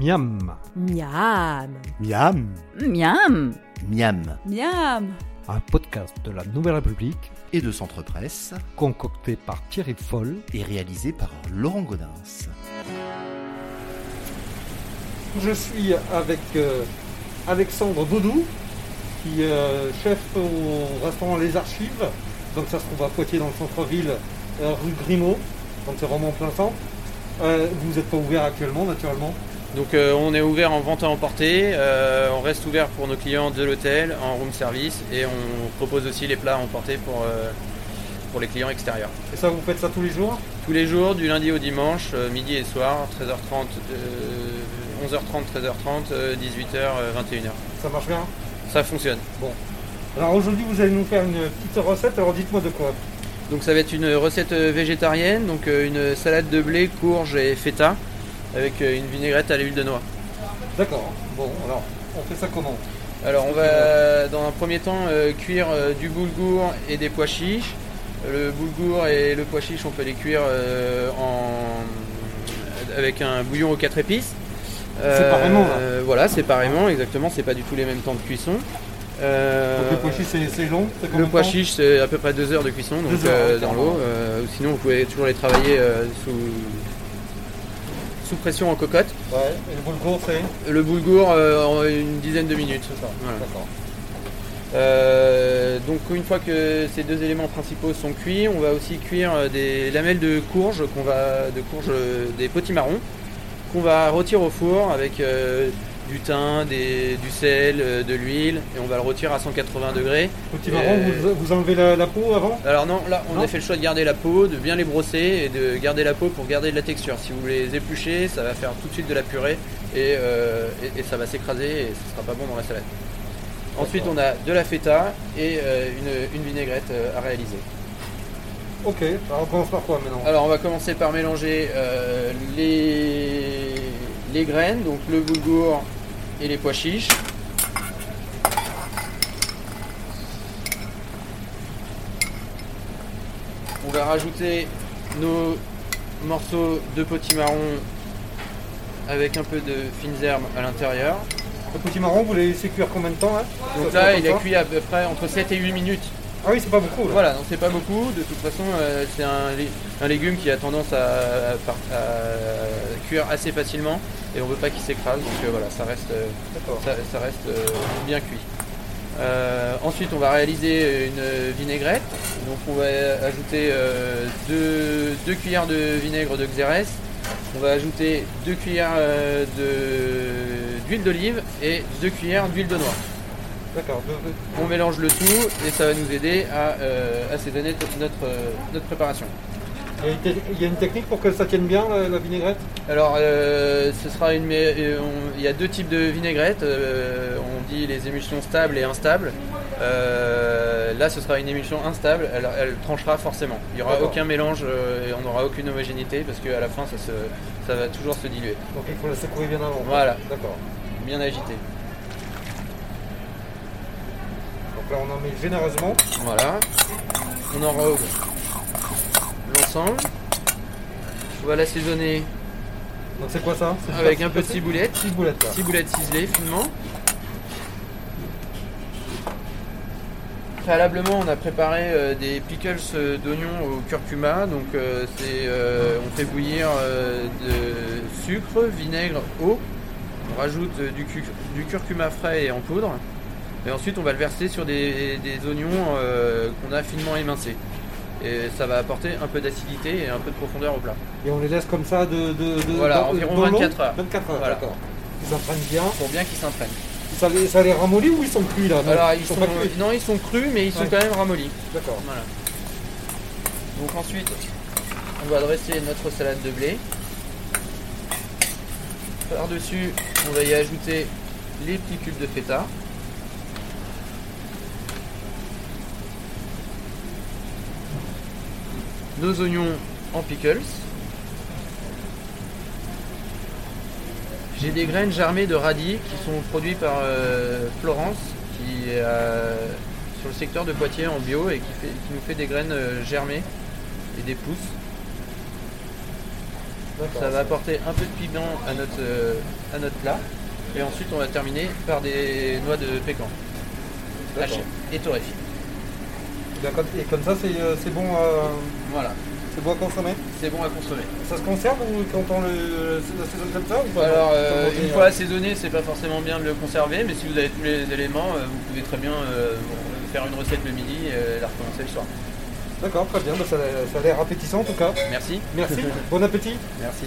Miam. Miam. Miam. Miam. Miam Miam. Un podcast de la Nouvelle République et de Centre Presse concocté par Thierry Foll. est réalisé par Laurent Godin. Je suis avec euh, Alexandre Boudou, qui est chef au restaurant Les Archives. Donc ça se trouve à Poitiers dans le centre-ville, euh, rue Grimaud. Donc c'est vraiment en plein centre. Euh, vous n'êtes pas ouvert actuellement, naturellement. Donc euh, on est ouvert en vente à emporter, euh, on reste ouvert pour nos clients de l'hôtel, en room service et on propose aussi les plats à emporter pour, euh, pour les clients extérieurs. Et ça, vous faites ça tous les jours Tous les jours, du lundi au dimanche, euh, midi et soir, 13h30, euh, 11h30, 13h30, euh, 18h, euh, 21h. Ça marche bien Ça fonctionne. Alors aujourd'hui, vous allez nous faire une petite recette. Alors dites-moi de quoi. Donc ça va être une recette euh, végétarienne, donc euh, une salade de blé, courge et feta avec euh, une vinaigrette à l'huile de noix. D'accord. Bon, alors on fait ça comment Alors on va euh, dans un premier temps euh, cuire euh, du boulgour et des pois chiches. Le boulgour et le pois chiche on peut les cuire euh, en... avec un bouillon aux quatre épices. Séparément, là. euh, Voilà, séparément, exactement, c'est pas du tout les mêmes temps de cuisson. Euh, Donc le pois chiche, c'est c'est long c'est combien le de pois temps chiche, c'est à peu près 2 heures de cuisson donc, Deux heures, euh, ouais, dans carrément. l'eau. Euh, sinon, vous pouvez toujours les travailler euh, sous, sous pression en cocotte. Ouais. Et le boulgour, c'est Le boulgour euh, en une dizaine de minutes. Voilà. D'accord. Euh, donc une fois que ces deux éléments principaux sont cuits, on va aussi cuire euh, des lamelles de courge, qu'on va, de courge euh, des potimarrons, qu'on va rôtir au four avec euh, du thym, des- du sel, euh, de l'huile, et on va le rôtir à 180 degrés. Petit marron, vous, vous enlevez la, la peau avant Alors non, là on Non a fait le choix de garder la peau, de bien les brosser et de garder la peau pour garder de la texture. Si vous les épluchez, ça va faire tout de suite de la purée et, euh, et- et ça va s'écraser et ce sera pas bon dans la salade. Ensuite on a de la feta et euh, une, une vinaigrette euh, à réaliser. Ok, alors on commence par quoi maintenant Alors on va commencer par mélanger euh, les, les graines, donc le boulgour et les pois chiches. On va rajouter nos morceaux de potimarron avec un peu de fines herbes à l'intérieur. Le petit marron, vous les laissez cuire combien de temps là Donc Ça se là, fait il est comme ça cuit à peu près entre 7 et 8 minutes. Ah oui, c'est pas beaucoup. là. Voilà, donc c'est pas beaucoup. De toute façon, euh, c'est un, lé- un légume qui a tendance à, à par- à cuire assez facilement et on veut pas qu'il s'écrase. Donc euh, voilà, ça reste, euh, D'accord. ça, ça reste euh, bien cuit. Euh, ensuite, on va réaliser une vinaigrette. Donc on va ajouter euh, deux, deux cuillères de vinaigre de xérès. On va ajouter deux cuillères euh, de- d'huile d'olive et deux cuillères d'huile de noix. D'accord. Je- je- On mélange le tout et ça va nous aider à euh, assaisonner t- notre, euh, notre préparation. Il y a une te- Il y a une technique pour que ça tienne bien la, la vinaigrette Alors, euh, ce sera une. mais- euh, on- Il y a deux types de vinaigrettes. euh, on dit les émulsions stables et instables. Euh, là, ce sera une émulsion instable. Elle, elle tranchera forcément. Il n'y aura D'accord. aucun mélange euh, et on n'aura aucune homogénéité parce qu'à la fin, ça, se, ça va toujours se diluer. Donc il faut la secouer bien avant. Voilà. D'accord. Bien agité. Donc là, on en met généreusement. Voilà. On enrobe l'ensemble. On va l'assaisonner Donc c'est quoi ça C'est du avec persil un peu de passé ciboulette. Ciboulette là. Ciboulette ciselée finement. Préalablement, on a préparé euh, des pickles euh, d'oignons au curcuma. Donc, euh, c'est, euh, on fait bouillir euh, de sucre, vinaigre, eau. On rajoute euh, du, cu- du curcuma frais et en poudre. Et ensuite, on va le verser sur des, des oignons euh, qu'on a finement émincés. Et ça va apporter un peu d'acidité et un peu de profondeur au plat. Et on les laisse comme ça de. de, de Voilà, dans- environ dans l'eau 24 heures. 24 heures, Voilà. d'accord. Ils en prennent bien. Pour bien qu'ils s'imprègnent. Ça les, ça les ramollit ou ils sont cuits là non Alors, ils sont, pas cuits. non, ils sont crus, mais ils sont Ouais. quand même ramollis. D'accord. Voilà. hein. Donc ensuite, on va dresser notre salade de blé. Par-dessus, on va y ajouter les petits cubes de feta. Nos oignons en pickles. J'ai des graines germées de radis qui sont produits par euh, Florence, qui est euh, sur le secteur de Poitiers en bio et qui, fait- qui nous fait des graines euh, germées et des pousses. D'accord. Ça va apporter un peu de piment à notre, euh, à notre plat. Et ensuite, on va terminer par des noix de pécan D'accord. hachées et torréfiées. D'accord. Et comme ça, c'est euh, c'est bon, à- Voilà, c'est bon à consommer. c'est bon à consommer. Ça se conserve ou quand on le saisonne comme ça ou pas Alors, Ça euh, mange, une euh, fois assaisonné, c'est pas forcément bien de le conserver, mais si vous avez tous les éléments, euh, vous pouvez très bien euh, faire une recette le midi et euh, la recommencer le soir. D'accord, très bien. Bah, ça, ça a l'air appétissant en tout cas. Merci. Merci. bon appétit. Merci.